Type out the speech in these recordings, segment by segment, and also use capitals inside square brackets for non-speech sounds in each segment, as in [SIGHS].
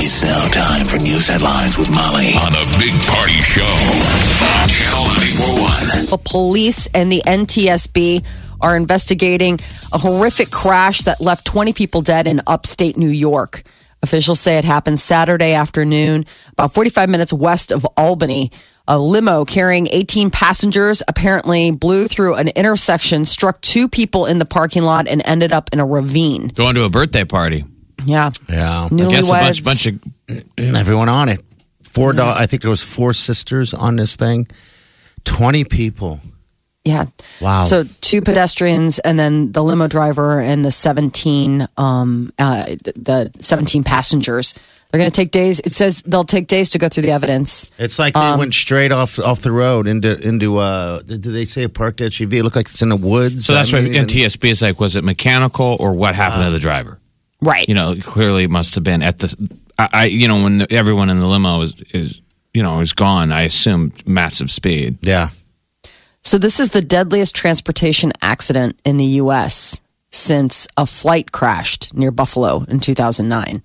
It's now time for news headlines with Molly on a big party show. on Channel 941. The police and the NTSB are investigating a horrific crash that left 20 people dead in upstate New York. Officials say it happened Saturday afternoon, about 45 minutes west of Albany. A limo carrying 18 passengers apparently blew through an intersection, struck two people in the parking lot, and ended up in a ravine. going to a birthday party. Yeah. Yeah. Newlyweds. I guess a bunch, bunch of [CLEARS THROAT] Everyone on it. Four do- I think there was four sisters on this thing. Twenty people. Yeah. Wow. So two pedestrians, and then the limo driver and the seventeen, um, uh, the seventeen passengers. They're going to take days. It says they'll take days to go through the evidence. It's like they Um, went straight off off the road into into uh did did they say a parked SUV? It looked like it's in the woods. so that's Uh. I why mean, and- NTSB is like, was it mechanical or what happened to the driver? Right. You know, clearly it must have been at the. I, I you know, when everyone in the limo is is you know is gone, I assumed massive speed. Yeah. So this is the deadliest transportation accident in the U.S. since a flight crashed near Buffalo in 2009.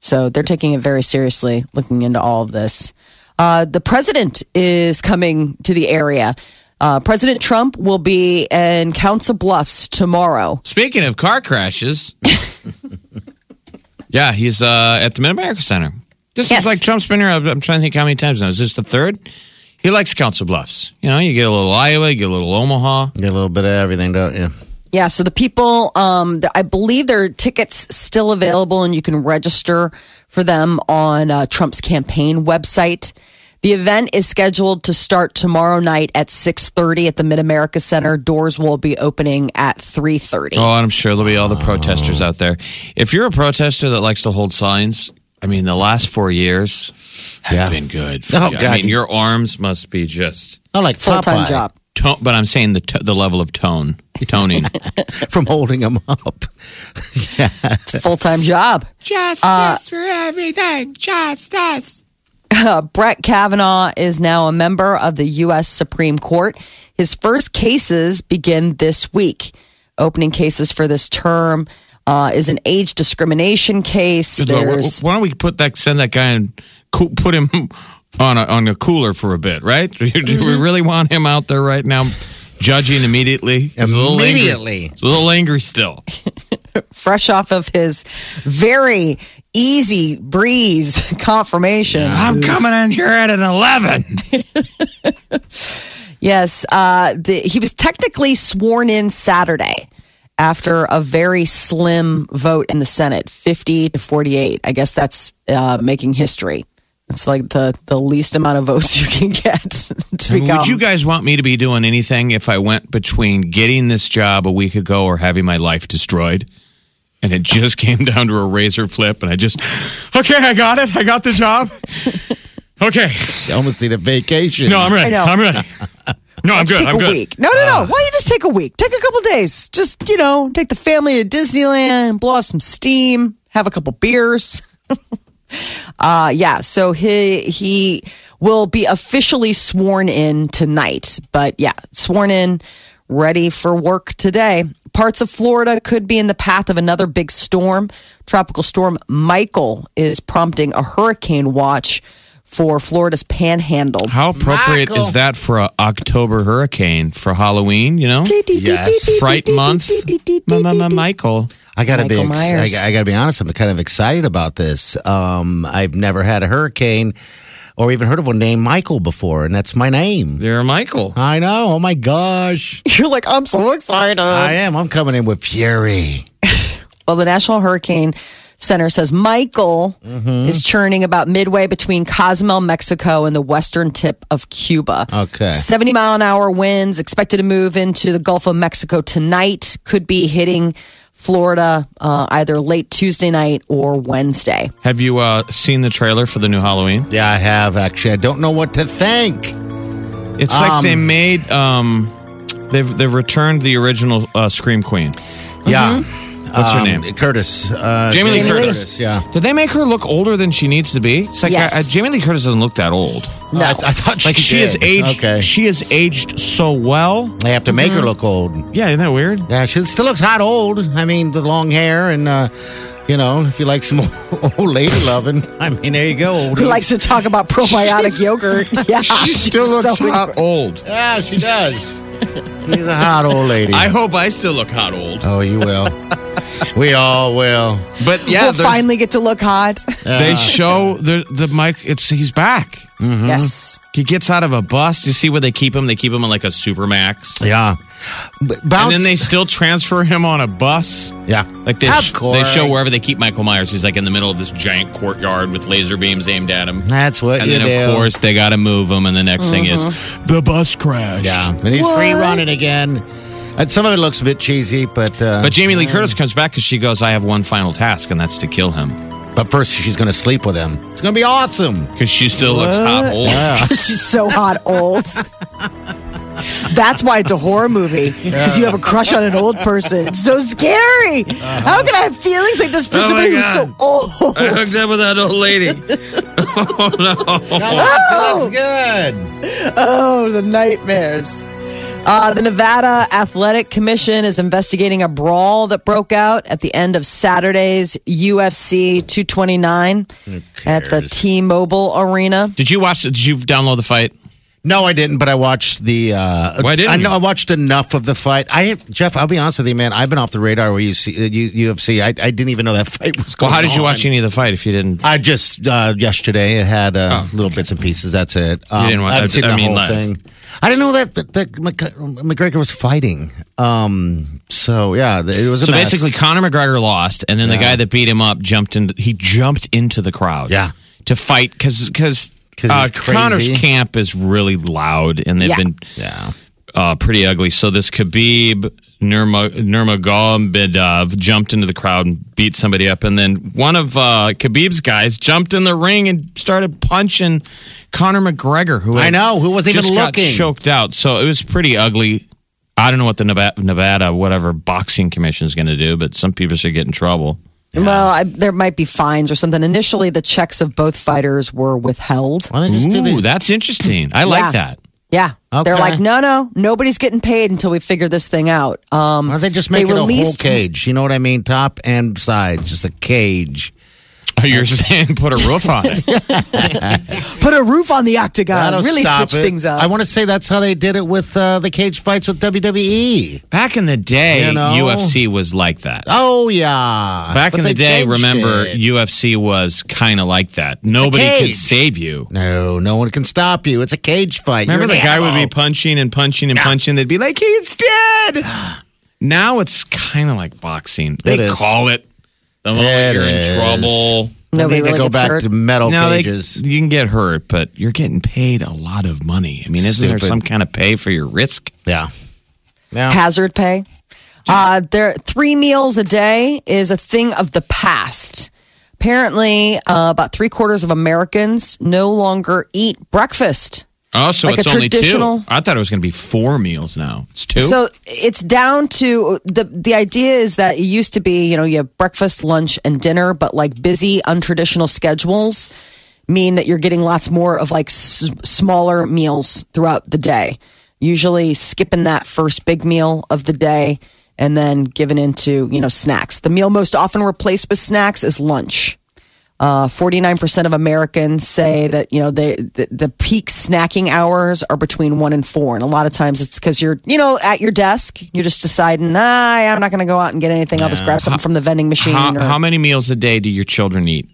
So they're taking it very seriously, looking into all of this. Uh, the president is coming to the area. Uh, president Trump will be in Council Bluffs tomorrow. Speaking of car [LAUGHS] crashes, yeah, he's uh, at the Mid America Center. This Yes. is like Trump's been here. I'm I'm trying to think how many times now. Is this the third? He likes Council Bluffs. You know, you get a little Iowa, you get a little Omaha. Get a little bit of everything, don't you? Yeah, so the people, um, th- I believe there are tickets still available and you can register for them on uh, Trump's campaign website. The event is scheduled to start tomorrow night at 6.30 at the Mid-America Center. Doors will be opening at 3.30. Oh, and I'm sure there'll be all the protesters out there. If you're a protester that likes to hold signs, I mean, the last four years have Yeah. been good. Oh, I God. mean, your arms must be just. I like Full-time Popeye job. Tone, but I'm saying the t- the level of tone, toning. [LAUGHS] from holding them up. It's a full-time job. Justice for everything. Justice. Uh, [LAUGHS] Brett Kavanaugh is now a member of the U.S. Supreme Court. His first cases begin this week. Opening cases for this term uh, is an age discrimination case. There's Why don't we put that? Send that guy and coo- put him [LAUGHS] on a, on a cooler for a bit, right? [LAUGHS] Do Mm-hmm. we really want him out there right now, judging immediately? He's a little angry. Immediately. He's a little angry still. fresh off of his very easy breeze [LAUGHS] confirmation. I'm coming in here at an eleven. Yes, uh, the, he was technically sworn in Saturday after a very slim vote in the Senate, 50 to 48. I guess that's uh, making history. It's like the, the least amount of votes [LAUGHS] you can get to I mean, become. Would you guys want me to be doing anything if I went between getting this job a week ago or having my life destroyed? And it just [LAUGHS] came down to a razor flip, and I just, okay, I got it. I got the [LAUGHS] job. Okay. You almost need a vacation. No, I'm ready. I know. I'm ready. No, I'm Just good. Take I'm a good. Ah. week. No, no, no. Why don't you just take a week? Take a couple days. Just you know, take the family to Disneyland, blow off some steam, have a couple beers. [LAUGHS] uh, yeah. So he he will be officially sworn in tonight. But yeah, sworn in, ready for work today. Parts of Florida could be in the path of another big storm. Tropical storm Michael is prompting a hurricane watch for Florida's Panhandle. How appropriate Michael. is that for a October hurricane for Halloween? You know, Yes. fright month. Mama Michael. I gotta be. Michael Ex- I, Myers. I gotta be honest. I'm kind of excited about this. Um, I've never had a hurricane, or even heard of one named Michael before, and that's my name. Dear Michael. I know. Oh my gosh. [LAUGHS] You're like, I'm so excited. I am. I'm coming in with fury. Well, the National Hurricane Center says Michael Mm-hmm. is churning about midway between Cozumel, Mexico, and the western tip of Cuba. Okay. 70 mile an hour winds expected to move into the Gulf of Mexico tonight, could be hitting Florida, uh, either late Tuesday night or Wednesday. Have you uh, seen the trailer for the new Halloween? Yeah, I have actually. I don't know what to think. Mm-hmm. It's like they made um, they've they've returned the original uh, Scream Queen. Yeah. What's her Um, name? Curtis. Uh, Jamie Lee Curtis. Yeah. Did they make her look older than she needs to be? It's like Yes. I, I, Jamie Lee Curtis doesn't look that old. No, I, I thought she Like she did. is aged. Okay. She is aged so well. They have to make her Mm-hmm. look old. Yeah, isn't that weird? Yeah, she still looks hot old. I mean, the long hair and, uh, you know, if you like some [LAUGHS] old lady loving, I mean, there you go. Old Who likes to talk [LAUGHS] about probiotic yogurt? Yeah, [LAUGHS] She still she's looks so- hot old. Yeah, she does. She's a hot old lady. I hope I still look hot old. oh, you will. we all will. But yeah, we'll there's- finally get to look hot. Ah. they show the the Mike. It's he's back. Yes. He gets out of a bus. You see where they keep him? They keep him in like a supermax. Yeah. B- And bounce- then they still transfer him on a bus. Yeah. Like they, Of sh- course. they show wherever they keep Michael Myers. He's like in the middle of this giant courtyard with laser beams aimed at him. That's what And you then, of do. Mm-hmm. course, they got to move him. And the next thing is the bus crash. Yeah. And he's free running again. And some of it looks a bit cheesy, but uh, But Jamie Lee Curtis comes back because she goes, I have one final task, and that's to kill him. but first she's going to sleep with him. It's going to be awesome. Because she still looks hot old. [LAUGHS] She's so hot old. That's why it's a horror movie because you have a crush on an old person. It's so scary. How can I have feelings like this for Oh my somebody who's so God. [LAUGHS] old? I hooked [LAUGHS] up with that old lady. Oh, that looks good. Oh, the nightmares. Uh, the Nevada Athletic Commission is investigating a brawl that broke out at the end of Saturday's UFC 229 at the T Mobile Arena. Did you watch? Did you download the fight? No, I didn't, but I watched the. Uh, Why didn't I know you? I watched enough of the fight. I Jeff, I'll be honest with you, man. I've been off the radar with UC, uh, U- UFC. I, I didn't even know that fight was Well, going. how did you on. watch any of the fight if you didn't? I just uh, yesterday it had uh, little bits and pieces. That's it. Um, Oh. didn't wa- I haven't I- seen I the mean whole live. thing. I didn't know that that, that Mc- McGregor was fighting. Um, so yeah, th- it was a So mess. basically, Conor McGregor lost, and then the guy that beat him up jumped in. He jumped into the crowd. Yeah. to fight because because 'Cause uh, he's crazy. Conor's camp is really loud, and they've Yeah. been yeah, uh, pretty ugly. So this Khabib Nurma- Nurmagomedov jumped into the crowd and beat somebody up, and then one of uh, Khabib's guys jumped in the ring and started punching Conor McGregor, who I had know, who wasn't even just got looking. choked out. So it was pretty ugly. I don't know what the Nevada, Nevada whatever boxing commission is going to do, but some people should get in trouble. Well, I, there might be fines or something. Initially, the checks of both fighters were withheld. Why don't they just do Ooh, the- that's interesting. I like Yeah. that. [LAUGHS] Yeah. They're Okay. like, no, no, nobody's getting paid until we figure this thing out. Um, Why don't they just make it a whole released- cage? You know what I mean? Top and sides, just a cage. Oh, you're saying put a roof on it. [LAUGHS] put a roof on the octagon, That'll Uh, really stop switch it. things up. I want to say that's how they did it with uh, the cage fights with E. WWE. Back in the day, You know? UFC was like that. Oh yeah, Back But in they the day, changed remember, it. UFC was kind of like that. Nobody could cage. save you. no, no one can stop you. It's a cage fight. Remember, You're the an guy would animal. be punching and punching and punching. They'd be like, he's [GASPS] dead. now it's kind of like boxing. They It is. call it the moment It you're is. in trouble. They Nobody need to really go gets back hurt. to metal Now they, cages. you can get hurt, but you're getting paid a lot of money. I mean, isn't there Stupid. some kind of pay for your risk? yeah, yeah. hazard pay. Uh, there, three meals a day is a thing of the past. Apparently, uh, about three quarters of Americans no longer eat breakfast. Oh, so Like a it's only traditional- two. I thought it was going to be four meals now. It's two. So it's down to the the idea is that it used to be you know you have breakfast, lunch, and dinner, but like busy, untraditional schedules mean that you're getting lots more of like s- smaller meals throughout the day. Usually skipping that first big meal of the day and then giving into you know snacks. The meal most often replaced with snacks is lunch. Uh, 49% of Americans say that, you know, they, the, the peak snacking hours are between one and four. And a lot of times it's because you're, you know, at your desk, you're just deciding, nah, I'm not going to go out and get anything. I'll just grab something from the vending machine. how, or, how many meals a day do your children eat?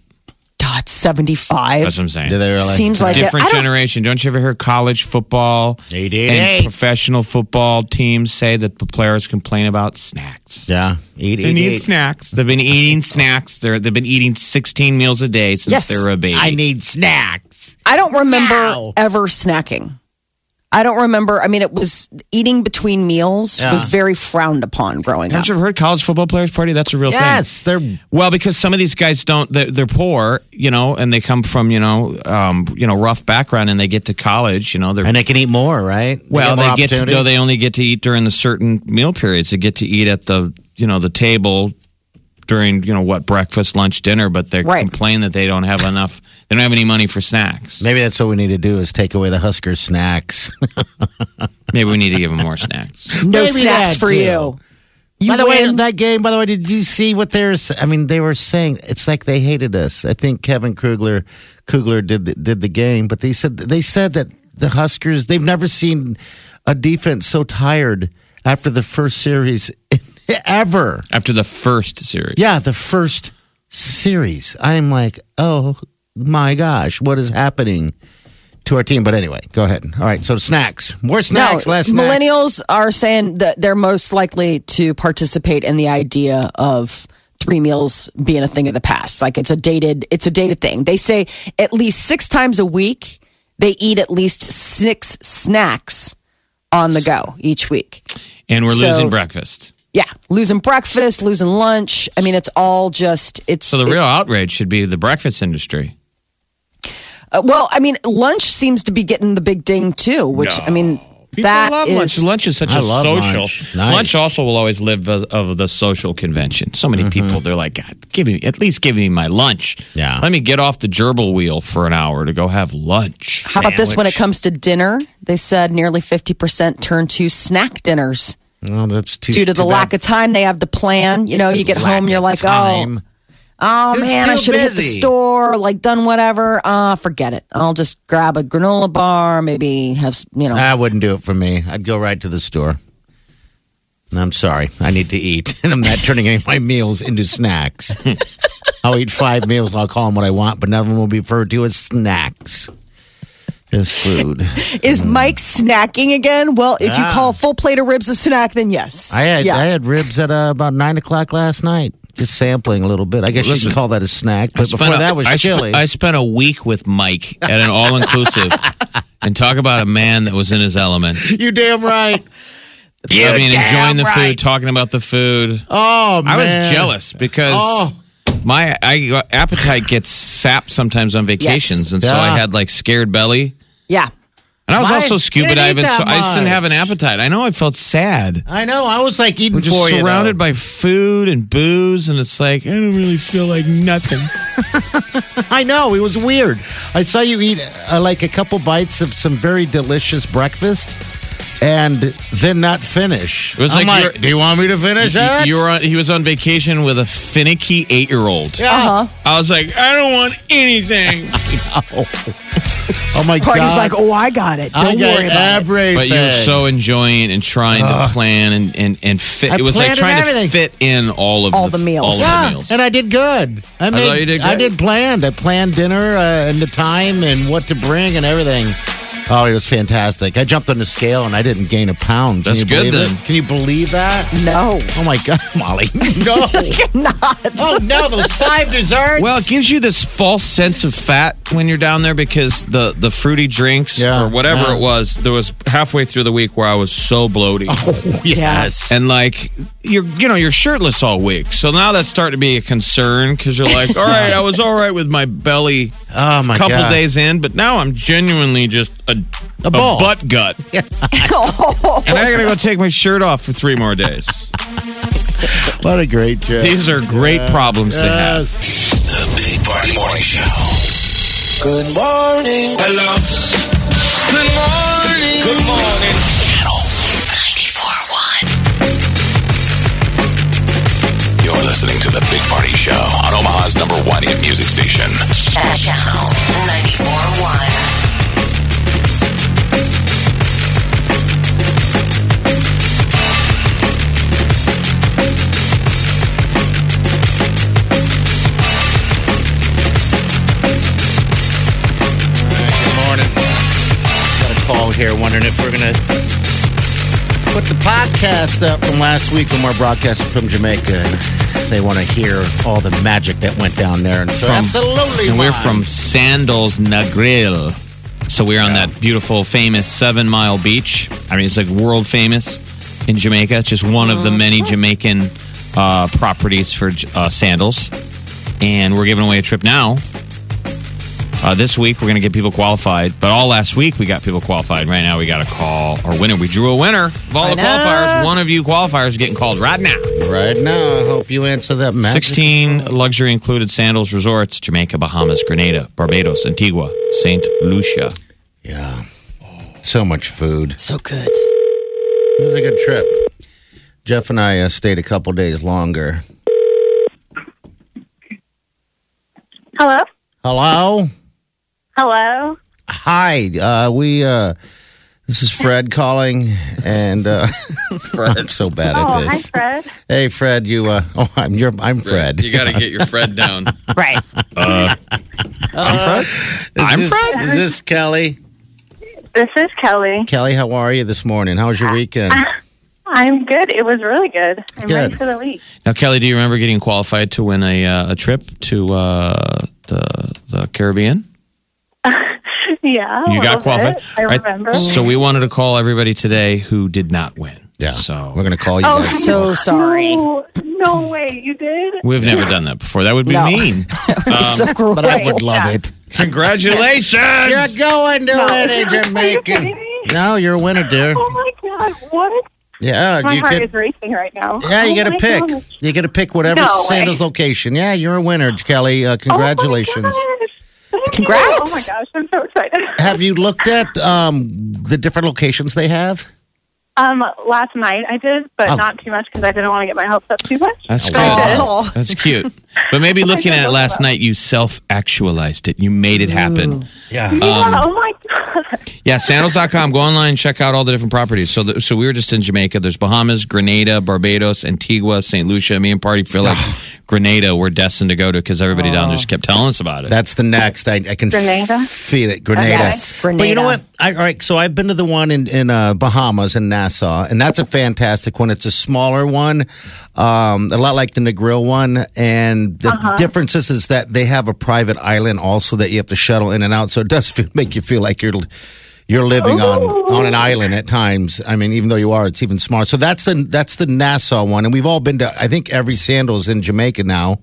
God, 75. That's what I'm saying. Do they really? Seems like it. different I don't- generation. Don't you ever hear college football They did and eight. professional football teams say that the players complain about snacks? yeah, eat, They eat, need eat. snacks. They've been eating snacks. They're, they've been eating 16 meals a day since Yes. they were a baby. I need snacks. I don't remember Now. ever snacking. I don't remember. I mean, it was eating between meals Yeah. was very frowned upon growing up. Haven't you heard college football players party? That's a real Yes, thing. they're Well, because some of these guys don't, they're, they're poor, you know, and they come from, you know, um, you know, rough background and they get to college, you know, they're, and they can eat more, right? well, they more get to, opportunity. no, they only get to eat during the certain meal periods. They get to eat at the, you know, the table during, you know, what, breakfast, lunch, dinner, but they Right. complain that they don't have enough, they don't have any money for snacks. Maybe that's what we need to do is take away the Husker snacks. Maybe we need to give them more snacks. no Maybe snacks that for too. you. You by the way, win. that game. By the way, did you see what they're? s- I mean, they were saying it's like they hated us. I think Kevin Kugler Kugler did the, did the game, but they said they said that the Huskers they've never seen a defense so tired after the first series [LAUGHS] ever. After the first series. Yeah, the first series. I'm like, oh my gosh, what is happening to our team? But anyway, go ahead. All right, so snacks, more snacks, less snacks. millennials are saying that they're most likely to participate in the idea of three meals being a thing of the past. Like it's a dated, it's a dated thing. They say at least six times a week they eat at least six snacks on the go each week. And we're So- losing breakfast. Yeah, losing breakfast, losing lunch. I mean, it's all just it's. So the real outrage should be the breakfast industry. uh, well, I mean, lunch seems to be getting the big ding too. Which I mean, People that love lunch. is- Lunch is such a I love social. lunch. Nice. also will always live as- of the social convention. So many people, they're like, God, give me at least give me my lunch. Yeah. Let me get off the gerbil wheel for an hour to go have lunch. How about this when it Sandwich. comes to dinner? They said nearly 50% turn to snack dinners Oh, that's too due to the too lack of bad. time they have to plan. You know, you [LAUGHS] get home, you're like, oh, Time. oh It's man, I too should have hit the busy. store, like done whatever. Uh, forget it. I'll just grab a granola bar, maybe have, s- you know. I wouldn't do it for me. I'd go right to the store. I'm sorry. I need to eat, [LAUGHS] and I'm not turning any of my meals [LAUGHS] into snacks. I'll eat five meals, and I'll call them what I want, but none of them will be referred to as snacks. [LAUGHS] Just food. Is Mike snacking again? Well, if you Ah. call a full plate of ribs a snack, then yes. I had yeah. I had ribs at uh, about nine o'clock last night. Just sampling a little bit. I guess you Listen. can call that a snack, but before Spent a- that was I sp- chili. I spent a week with Mike at an all inclusive. And talk about a man that was in his element. [LAUGHS] you damn right. I mean, enjoying the right. food, talking about the food. Oh man, I was jealous because Oh. my I, uh, appetite gets sapped sometimes on vacations, and so I Yeah. had like scared belly, yeah. and I was Why also scuba didn't eat diving, so that I just didn't much? have an appetite. I know I felt sad. I know. I was like eating We're just for you, though. surrounded by food and booze, and it's like I don't really feel like [LAUGHS] nothing. I know it was weird. I saw you eat uh, like a couple bites of some very delicious breakfast, and then not finish. was I'm like like, you're- do you want me to finish that? you were on, he was on vacation with a finicky eight year old. Yeah. Uh-huh. I was like, I don't want [LAUGHS] anything. Oh my Party's god! like, oh, I got it. I Don't got worry about it. everything. But you're so enjoying and trying to plan and, and, and fit. I it was like planned trying everything. to fit in all of All the meals. All yeah, of the meals. and I did good. I made. you did I great. did planned. I planned dinner uh, and the time and what to bring and everything. Oh, it was fantastic. I jumped on the scale and I didn't gain a pound. Can That's you good, believe then. It? Can you believe that? No. [LAUGHS] Oh my god, [LAUGHS] [LAUGHS] Molly! No, Not. oh no, those five desserts. Well, it gives you this false sense of fat when you're down there because the the fruity drinks Yeah, or whatever yeah. it was. There was halfway through the week where I was so bloated Oh. yes. and like you're you know you're shirtless all week. So now that's starting to be a concern because you're [LAUGHS] like, all right, I was all right with my belly Oh my a couple God. days in, but now I'm genuinely just a A ball. butt [LAUGHS] gut, and I gotta go take my shirt off for three more [LAUGHS] days. What a great trip. These are great problems to have. Yes. The Big Party Morning Show. Good morning. Hello. Good morning. Good morning. Channel 94.1. You're listening to The Big Party Show on Omaha's number one hit music station. Channel 94.1. Good morning. Got a call here wondering if we're going to put the podcast up from last week when we're broadcasting from Jamaica. And they want to hear all the magic that went down there. And so From- absolutely. And we're why. from Sandals Nagril. So we were on that beautiful, famous Seven Mile Beach. I mean, it's like world famous in Jamaica. It's just one of the many Jamaican uh, properties for uh, sandals. And we're giving away a trip now. Uh, this week, we're going to get people qualified. But all last week, we got people qualified. Right now, we got a call or winner. We drew a winner of all the qualifiers. One of you qualifiers is getting called right now. Right now, I hope you answer that magic. 16 luxury included sandals resorts Jamaica, Bahamas, Grenada, Barbados, Antigua, St. Lucia. Yeah. So much food. So good. It was a good trip. Jeff and I uh, stayed a couple days longer. Hello? Hello? Hello? Hi. Uh, we, uh, this is Fred calling, and uh, [LAUGHS] Fred. I'm so bad Oh, at hi, this. Fred. Hey, Fred, you, uh, [LAUGHS] oh, I'm your, I'm Fred. You got to get your Fred down. Right. I'm Fred. Is I'm this, Fred? Is this Kelly? This is Kelly. Kelly, how are you this morning? How was your weekend? I'm good. It was really good. I'm ready Good. for the week. [LAUGHS] [LAUGHS] Now, Kelly, do you remember getting qualified to win a, uh, a trip to uh, the, the Caribbean? Yeah. a you little got qualified. bit. I All right, remember. So we wanted to call everybody today who did not win. Yeah. So We're going to call you Oh, guys. So sorry. Um, No, no way. You did? we've never done that before. That would be No. [LAUGHS] mean. [LAUGHS] so gross. but I would love it. Congratulations. You're going to win it, Are you kidding Jamaican. me? No, you're a winner, dear. Oh my god! What? Yeah, My you heart could. is racing right now. Yeah, you Oh got my to pick. gosh. You got to pick whatever No sandals way. location. Yeah, you're a winner, Kelly. Uh, Oh my congratulations. gosh. Thank you. Congrats. Oh my gosh! I'm so excited. have you looked at um, the different locations they have? Um, last night I did, but Oh. Uh, not too much because I didn't want to get my hopes up too much. That's good. Aw. Oh. That's cute. But [LAUGHS] maybe looking at it last night, you self actualized it. You made it happen. Yeah. yeah, oh my god! Yeah, sandals.com. Go online, check out all the different properties. So, the, so we were just in Jamaica. There's Bahamas, Grenada, Barbados, Antigua, St. Lucia. Me and Party feel like Grenada, we're destined to go to because everybody down there just kept telling us about it. That's the next. I, I can Grenada? feel it. Grenada. Yes, But you know what? Grenada. I, all right. So I've been to the one in, in uh, Bahamas in Nassau, and that's a fantastic one. It's a smaller one, um, a lot like the Negril one. And the difference is, is that they have a private island also that you have to shuttle in and out. So it does [LAUGHS] feel, make you feel like you're. You're living on on an island at times. I mean, even though you are, it's even smaller. So that's the that's the Nassau one, and we've all been to. I think every sandals in Jamaica now,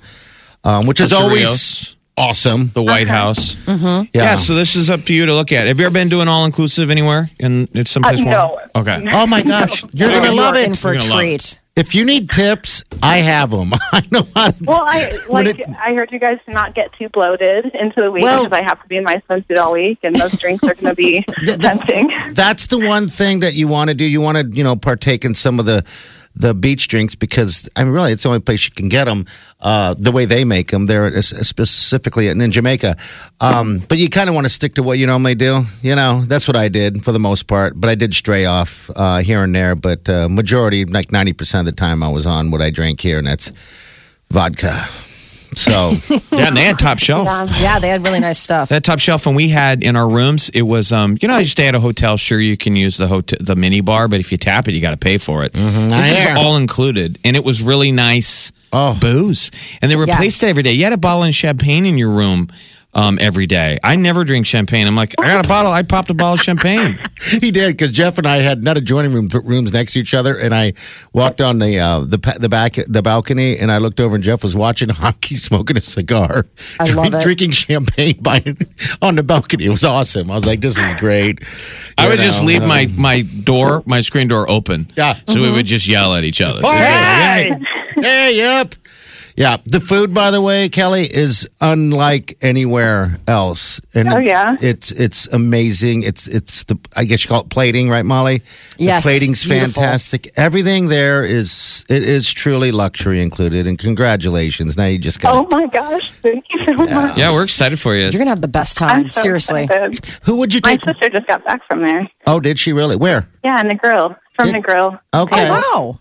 um, which is That's always awesome. the White House. Mm-hmm. Yeah. so this is up to you to look at. Have you ever been to an all inclusive anywhere? And it's someplace Uh, warm? no. Okay. [LAUGHS] Oh my gosh, you're You're gonna love in it. for a You're gonna love treat. If you need tips, I have them. [LAUGHS] I know how. To, Well, I [LAUGHS] When like. it- I heard you guys to not get too bloated into the week Well- because I have to be in my swimsuit all week, and those drinks are going to be [LAUGHS] Yeah, the- tempting. that's the one thing that you want to do. You want to, you know, partake in some of the the beach drinks because I mean, really, it's the only place you can get them. Uh, the way they make them, there is- specifically in Jamaica. Um, but you kind of want to stick to what you normally do. You know, that's what I did for the most part. But I did stray off uh, here and there. But uh, majority, like ninety percent of the time, I was on what I drank here, and that's vodka. So. Yeah, and they had top shelf. Yeah, they had really nice stuff. That top shelf, and we had in our rooms, it was um, you know, how you stay at a hotel. Sure, you can use the hotel, the mini bar, but if you tap it, you got to pay for it. This is Yeah. all included, and it was really nice Oh. booze, and they replaced it every day. You had a bottle of champagne in your room. Um, every day. I never drink champagne. I'm like, I got a bottle. I popped a bottle of [LAUGHS] champagne. He did because Jeff and I had not adjoining room, but rooms next to each other, and I walked on the uh, the pa- the back the balcony, and I looked over, and Jeff was watching [LAUGHS] hockey, smoking a cigar, I love it. drinking champagne by [LAUGHS] on the balcony. It was awesome. I was like, "This is great." I You would just know, leave um, my my door, my screen door open. Yeah. Mm-hmm. Oh. So we would just yell at each other. All right. Hey, yep. Yeah, the food, by the way, Kelly, is unlike anywhere else, and Oh, yeah? it's it's amazing. It's it's the I guess you call it plating, right, Molly? Yes, the plating's beautiful. fantastic. Everything there is it is truly luxury included. And congratulations, now you just got. Oh my gosh! Thank you so much. Yeah, we're excited for you. You're gonna have the best I'm time. so Seriously. excited. Who would you Oh, My take? sister just got back from there. Oh, did she really? Where? Yeah, in the grill from Did- the grill. Okay. Wow.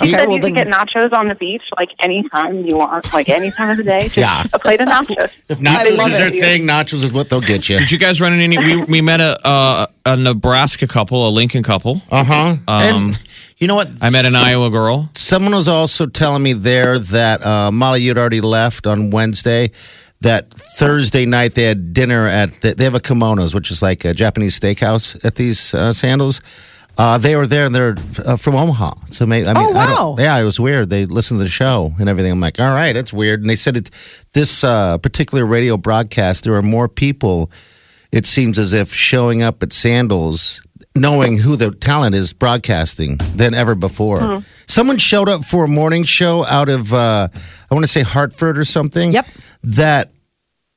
She Okay, said well, you then- can get nachos on the beach like anytime you want, like any time of the day. Just Yeah. a plate of nachos. If I nachos love is their it. thing, nachos is what they'll get you. Did you guys run into any? We, we met a uh, a Nebraska couple, a Lincoln couple. Uh huh. and you know what? I met an Iowa girl. Someone was also telling me there that uh, Molly, you'd already left on Wednesday. that Thursday night they had dinner at they have a kimonos, which is like a Japanese steakhouse at these uh, sandals. Uh, they were there and they're uh, from Omaha. So maybe, I mean, Oh, I don't- wow. yeah, it was weird. They listened to the show and everything. I'm like, all right, that's weird. And they said it, this uh, particular radio broadcast, there were more people, it seems as if, showing up at Sandals, knowing who the talent is broadcasting than ever before. Someone showed up for a morning show out of, uh, I want to say Hartford or something. Yep. That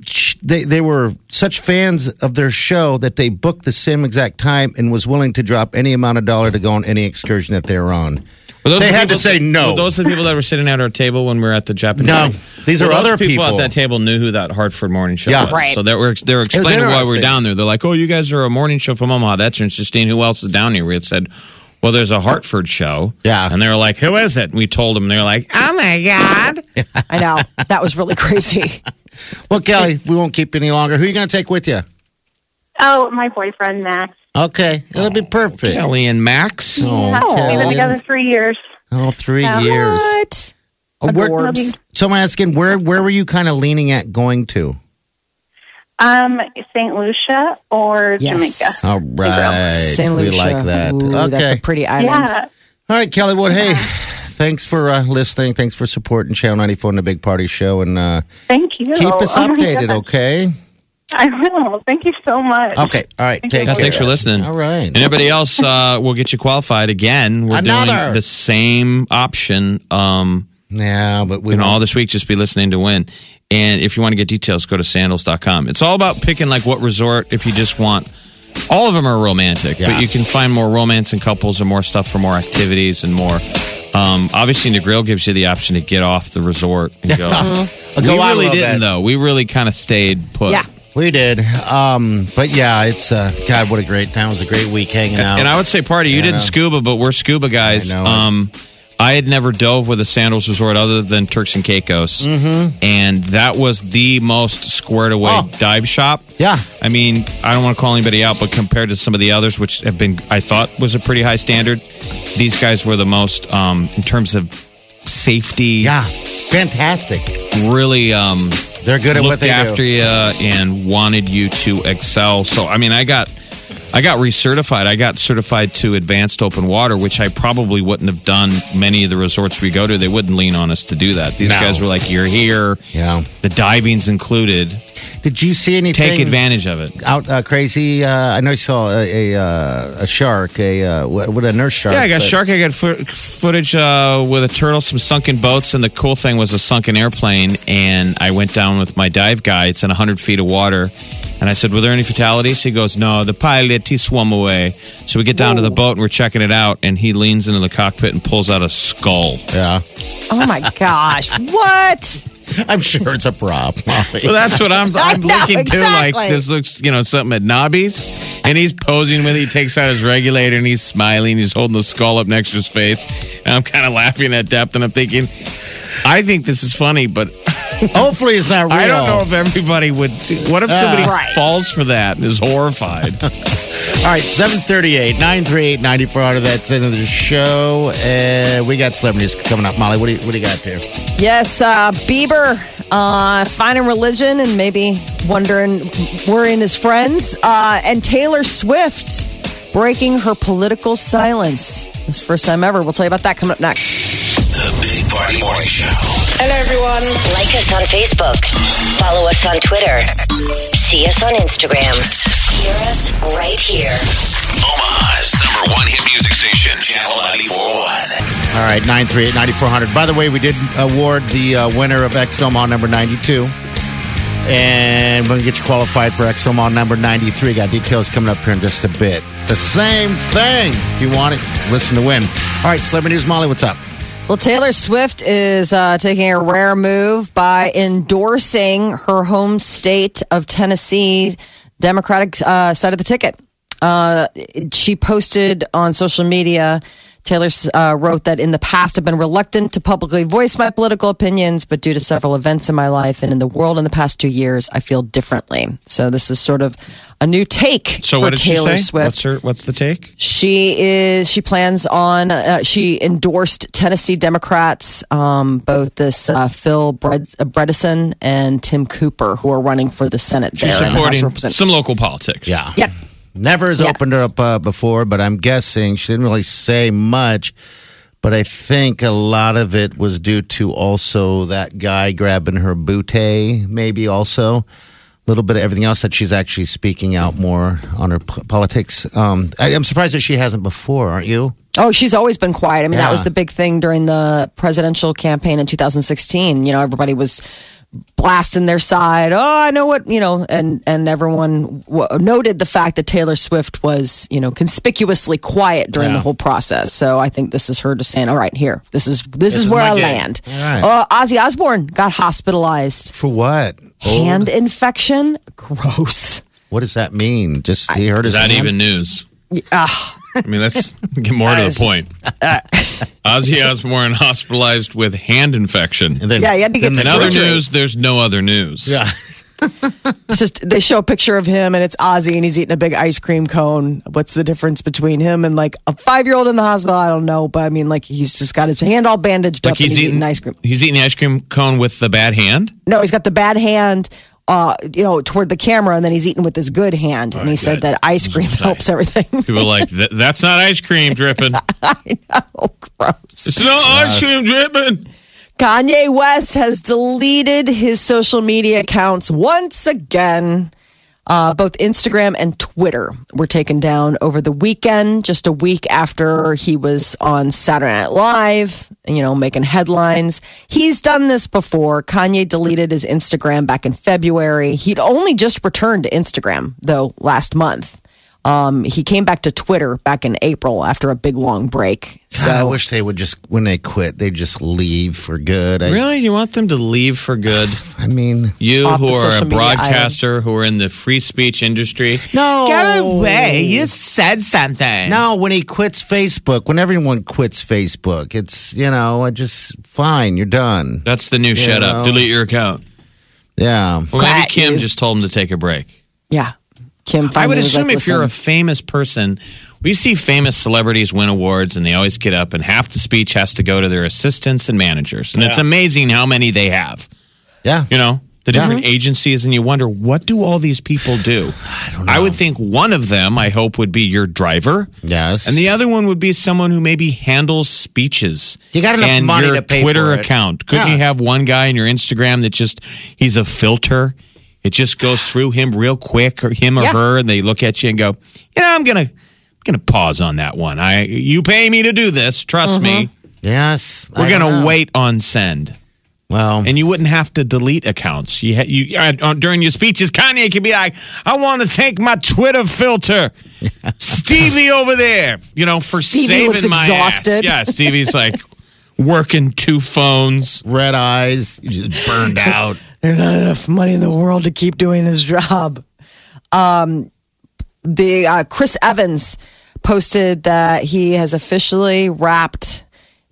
sh- they they were such fans of their show that they booked the same exact time and was willing to drop any amount of dollar to go on any excursion that they were on. Were those They the had to say no. were Those are the people that were sitting at our table when we were at the Japanese. No, thing? these Well, are those other people, people. at that table knew who that Hartford morning show Yeah. was. Right. So they were they were explaining why we're interesting. down there. They're like, "Oh, you guys are a morning show from Omaha. That's interesting. Who else is down here?" We had said, "Well, there's a Hartford show." Yeah. and they were like, "Who is it?" And we told them. They were like, "Oh my god." I know. That was really [LAUGHS] crazy. Well, Kelly, we won't keep you any longer. Who are you going to take with you? Oh, my boyfriend Max. Okay, it'll be perfect. Kelly and Max. Oh, We've been Kelly. together three years. Oh, three Yeah. years. What? Oh, where- Adorbs. So I'm asking, where where were you kind of leaning at going to? Um, St. Lucia or Yes. Jamaica. All right, Saint we Lucia. like that. Ooh, okay, That's a pretty island. Yeah. All right, Kelly. Well, hey, thanks for uh, listening. Thanks for supporting Channel 94 and the Big Party Show. And uh, Thank you. keep us [LAUGHS] Oh, my updated, gosh. okay? I will. Thank you so much. Okay. All right. Take Yeah, care. thanks for listening. All right. And everybody else, uh, we'll get you qualified again. We're Another. doing the same option. Um, Yeah, but we you know, all all this week, just be listening to win. And if you want to get details, go to sandals.com. It's all about picking like what resort if you just want. All of them are romantic, Yeah. but you can find more romance and couples and more stuff for more activities and more. Um, obviously, Negril gives you the option to get off the resort and go. we [LAUGHS] Go out a really little didn't, bit. though. We really kind of stayed put. Yeah. we did. Um, but yeah, it's uh, God, what a great time! It was a great week hanging out. And I would say, party, you Yeah, I didn't scuba, but we're scuba guys. I know. um, I had never dove with a sandals resort other than Turks and Caicos, mm-hmm. and that was the most squared away Oh. dive shop. Yeah. I mean, I don't want to call anybody out, but compared to some of the others, which have been, I thought was a pretty high standard, these guys were the most um, in terms of safety. yeah, fantastic. really. Um, They're good at what looked they after do. you and wanted you to excel. So I mean, I got I got recertified. I got certified to advanced open water, which I probably wouldn't have done. Many of the resorts we go to, they wouldn't lean on us to do that. These No. guys were like, "You're here. Yeah. The diving's included. Did you see anything? Take advantage of it." Out uh, crazy. Uh, I know you saw a a, uh, a shark, a uh, what what a nurse shark. Yeah, I got but- shark. I got foot, footage uh, with a turtle, some sunken boats, and the cool thing was a sunken airplane. And I went down with my dive guy. It's in 100 feet of water. And I said, "Were there any fatalities?" He goes, "No, the pilot he swam away." So we get down to the boat and we're checking it out. And he leans into the cockpit and pulls out a skull. Yeah, Oh my gosh. What? I'm sure it's a [LAUGHS] prop. Molly. Well, that's what [LAUGHS] I'm. I'm know, looking to exactly. like this looks, you know, something at Nobby's, and he's posing with. it. He takes out his regulator and he's smiling. He's holding the skull up next to his face, and I'm kind of laughing at depth. And I'm thinking, I think this is funny, but Hopefully, it's not real. I don't know if everybody would. What if somebody Ah. Right. falls for that and is [LAUGHS] horrified? All right, 738 938 9400. That's the end of the show. Uh, we got celebrities coming up. Molly, what do you, what do you got there? Yes, uh, Bieber uh, finding religion and maybe wondering, worrying his friends. Uh, and Taylor Swift breaking her political silence. It's the first time ever. We'll tell you about that coming up next. The Big Party Morning Show. Hello, everyone. Like us on Facebook. Follow us on Twitter. See us on Instagram. Hear us right here. Omaha's number one hit music station, Channel 941. All right, 938 9400. By the way, we did award the uh, winner of X Omaha number 92. And we're going to get you qualified for X Omaha number 93. Got details coming up here in just a bit. It's the same thing. If you want it, listen to win. All right, Celebrity News, Molly, what's up? Well, Taylor Swift is uh, taking a rare move by endorsing her home state of Tennessee Democratic uh, side of the ticket. Uh, she posted on social media Taylor uh, wrote that in the past I've been reluctant to publicly voice my political opinions, but due to several events in my life and in the world in the past two years, I feel differently. So this is sort of a new take So for what did she Taylor say? Swift. What's her? What's the take? She is. She plans on. Uh, she endorsed Tennessee Democrats, um, both this uh, Phil Bred- uh, Bredesen and Tim Cooper, who are running for the Senate. She's there and the House supporting Representative- some local politics. Yeah. Yeah. Never has Yeah. opened her up uh, before, but I'm guessing she didn't really say much. But I think a lot of it was due to also that guy grabbing her bootay, maybe also a little bit of everything else that she's actually speaking out more on her p- politics. Um, I, I'm surprised that she hasn't before, aren't you? Oh, she's always been quiet. I mean, that Yeah. was the big thing during the presidential campaign in 2016. You know, everybody was blasting their side. Oh, I know what you know, and and everyone w- noted the fact that Taylor Swift was you know conspicuously quiet during the Yeah. whole process. So I think this is her just saying, "All right, here, this is this, is, is where my I gig." land." All right. Uh, Ozzy Osbourne got hospitalized, For what? Old? hand infection. Gross. What does that mean? Just he heard Is his that hand? even [LAUGHS] news? Ah, I mean, let's get more to the [LAUGHS] point. uh, Ozzy Osbourne hospitalized with hand infection. And then, Yeah, he had to get then In the other surgery. news, there's no other news. Yeah. It's just they show a picture of him and it's Ozzy and he's eating a big ice cream cone. What's the difference between him and like a five year old in the hospital? I don't know, but I mean, like he's just got his hand all bandaged Like up. and he's, eating, ice cream. He's eating the ice cream cone with the bad hand. No, he's got the bad hand, uh, you know, toward the camera, and then he's eating with his good hand. and he said that ice cream helps everything. [LAUGHS] People are like, "Th- that's not ice cream dripping. oh, gross. It's not ice cream dripping. Kanye West has deleted his social media accounts once again. Uh, both Instagram and Twitter were taken down over the weekend, just a week after he was on Saturday Night Live, you know, making headlines. He's done this before. Kanye deleted his Instagram back in February. He'd only just returned to Instagram, though, last month. Um, he came back to Twitter back in April after a big long break. So God, [LAUGHS] I wish they would just when they quit, they just leave for good. I, Really? You want them to leave for good? I mean, You Off who the are social a media island. broadcaster, who are in the free speech industry. no, You said something. No, when he quits Facebook, when everyone quits Facebook, it's you know, I just fine, you're done. That's the new shut up. know. Delete your account. Yeah, Well, maybe Quack Kim you. just told him to take a break. Yeah. Kim I finally would was assume like, if you're a "Listen." famous person, we see famous celebrities win awards and they always get up, and half the speech has to go to their assistants and managers. And it's amazing how many they have. yeah. you know the different agencies and you wonder what do all these people do i don't know i would think one of them i hope would be your driver Yes. and the other one would be someone who maybe handles speeches You got enough and money your to pay twitter for it. account couldn't Yeah. you have one guy in your instagram that just he's a filter it just [SIGHS] goes through him real quick or him or Yeah. her and they look at you and go you know i'm gonna I'm gonna pause on that one i you pay me to do this trust me Yes, Mm-hmm. I we're don't gonna know. wait on send Well, and you wouldn't have to delete accounts. You, ha- you uh, during your speeches, Kanye could be like, "I want to thank my Twitter [LAUGHS] filter, Stevie over there, you know, for Stevie saving looks my ass." exhausted. [LAUGHS] Yeah, Stevie's like working two phones. red eyes, you just burned out. There's not enough money in the world to keep doing this job. Um, the uh, Chris Evans posted that he has officially wrapped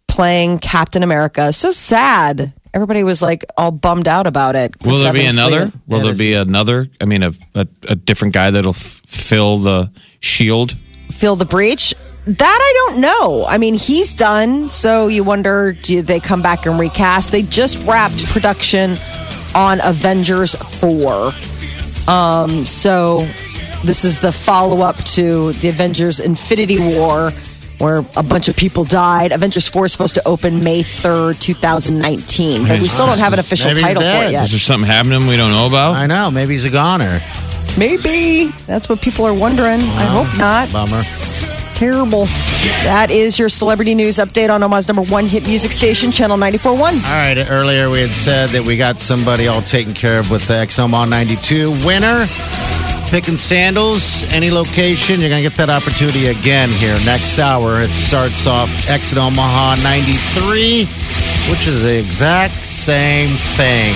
playing Captain America. So sad. Everybody was like all bummed out about it. Will Chris there be Evans another? leaving. Will there be another? I mean, a, a, a different guy that'll f- fill the shield. Fill the breach. That I don't know. I mean, he's done. So you wonder do they come back and recast? They just wrapped production on Avengers 4. So this is the follow up to the Avengers Infinity War, where a bunch of people died. Avengers 4 is supposed to open May 3rd, 2019. But we still don't have an official Maybe title for that it Is yet. there something happening we don't know about? I know. Maybe he's a goner. Maybe. That's what people are wondering. I hope not. Bummer. Terrible. That is your celebrity news update on Omaha's number one hit music station, Channel 94.1. All right. Earlier we had said that we got somebody all taken care of with the XOMON 92 winner. Picking sandals, any location, you're going to get that opportunity again here next hour. It starts off exit Omaha 93, which is the exact same thing.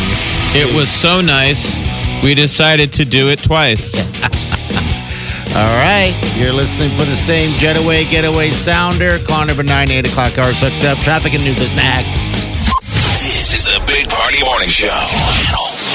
It was so nice. We decided to do it twice. All right. You're listening for the same Jetaway Getaway Sounder. Connor Bernard, 8 o'clock hours hooked up. Traffic and news is next. This is the Big Party Morning Show. Channel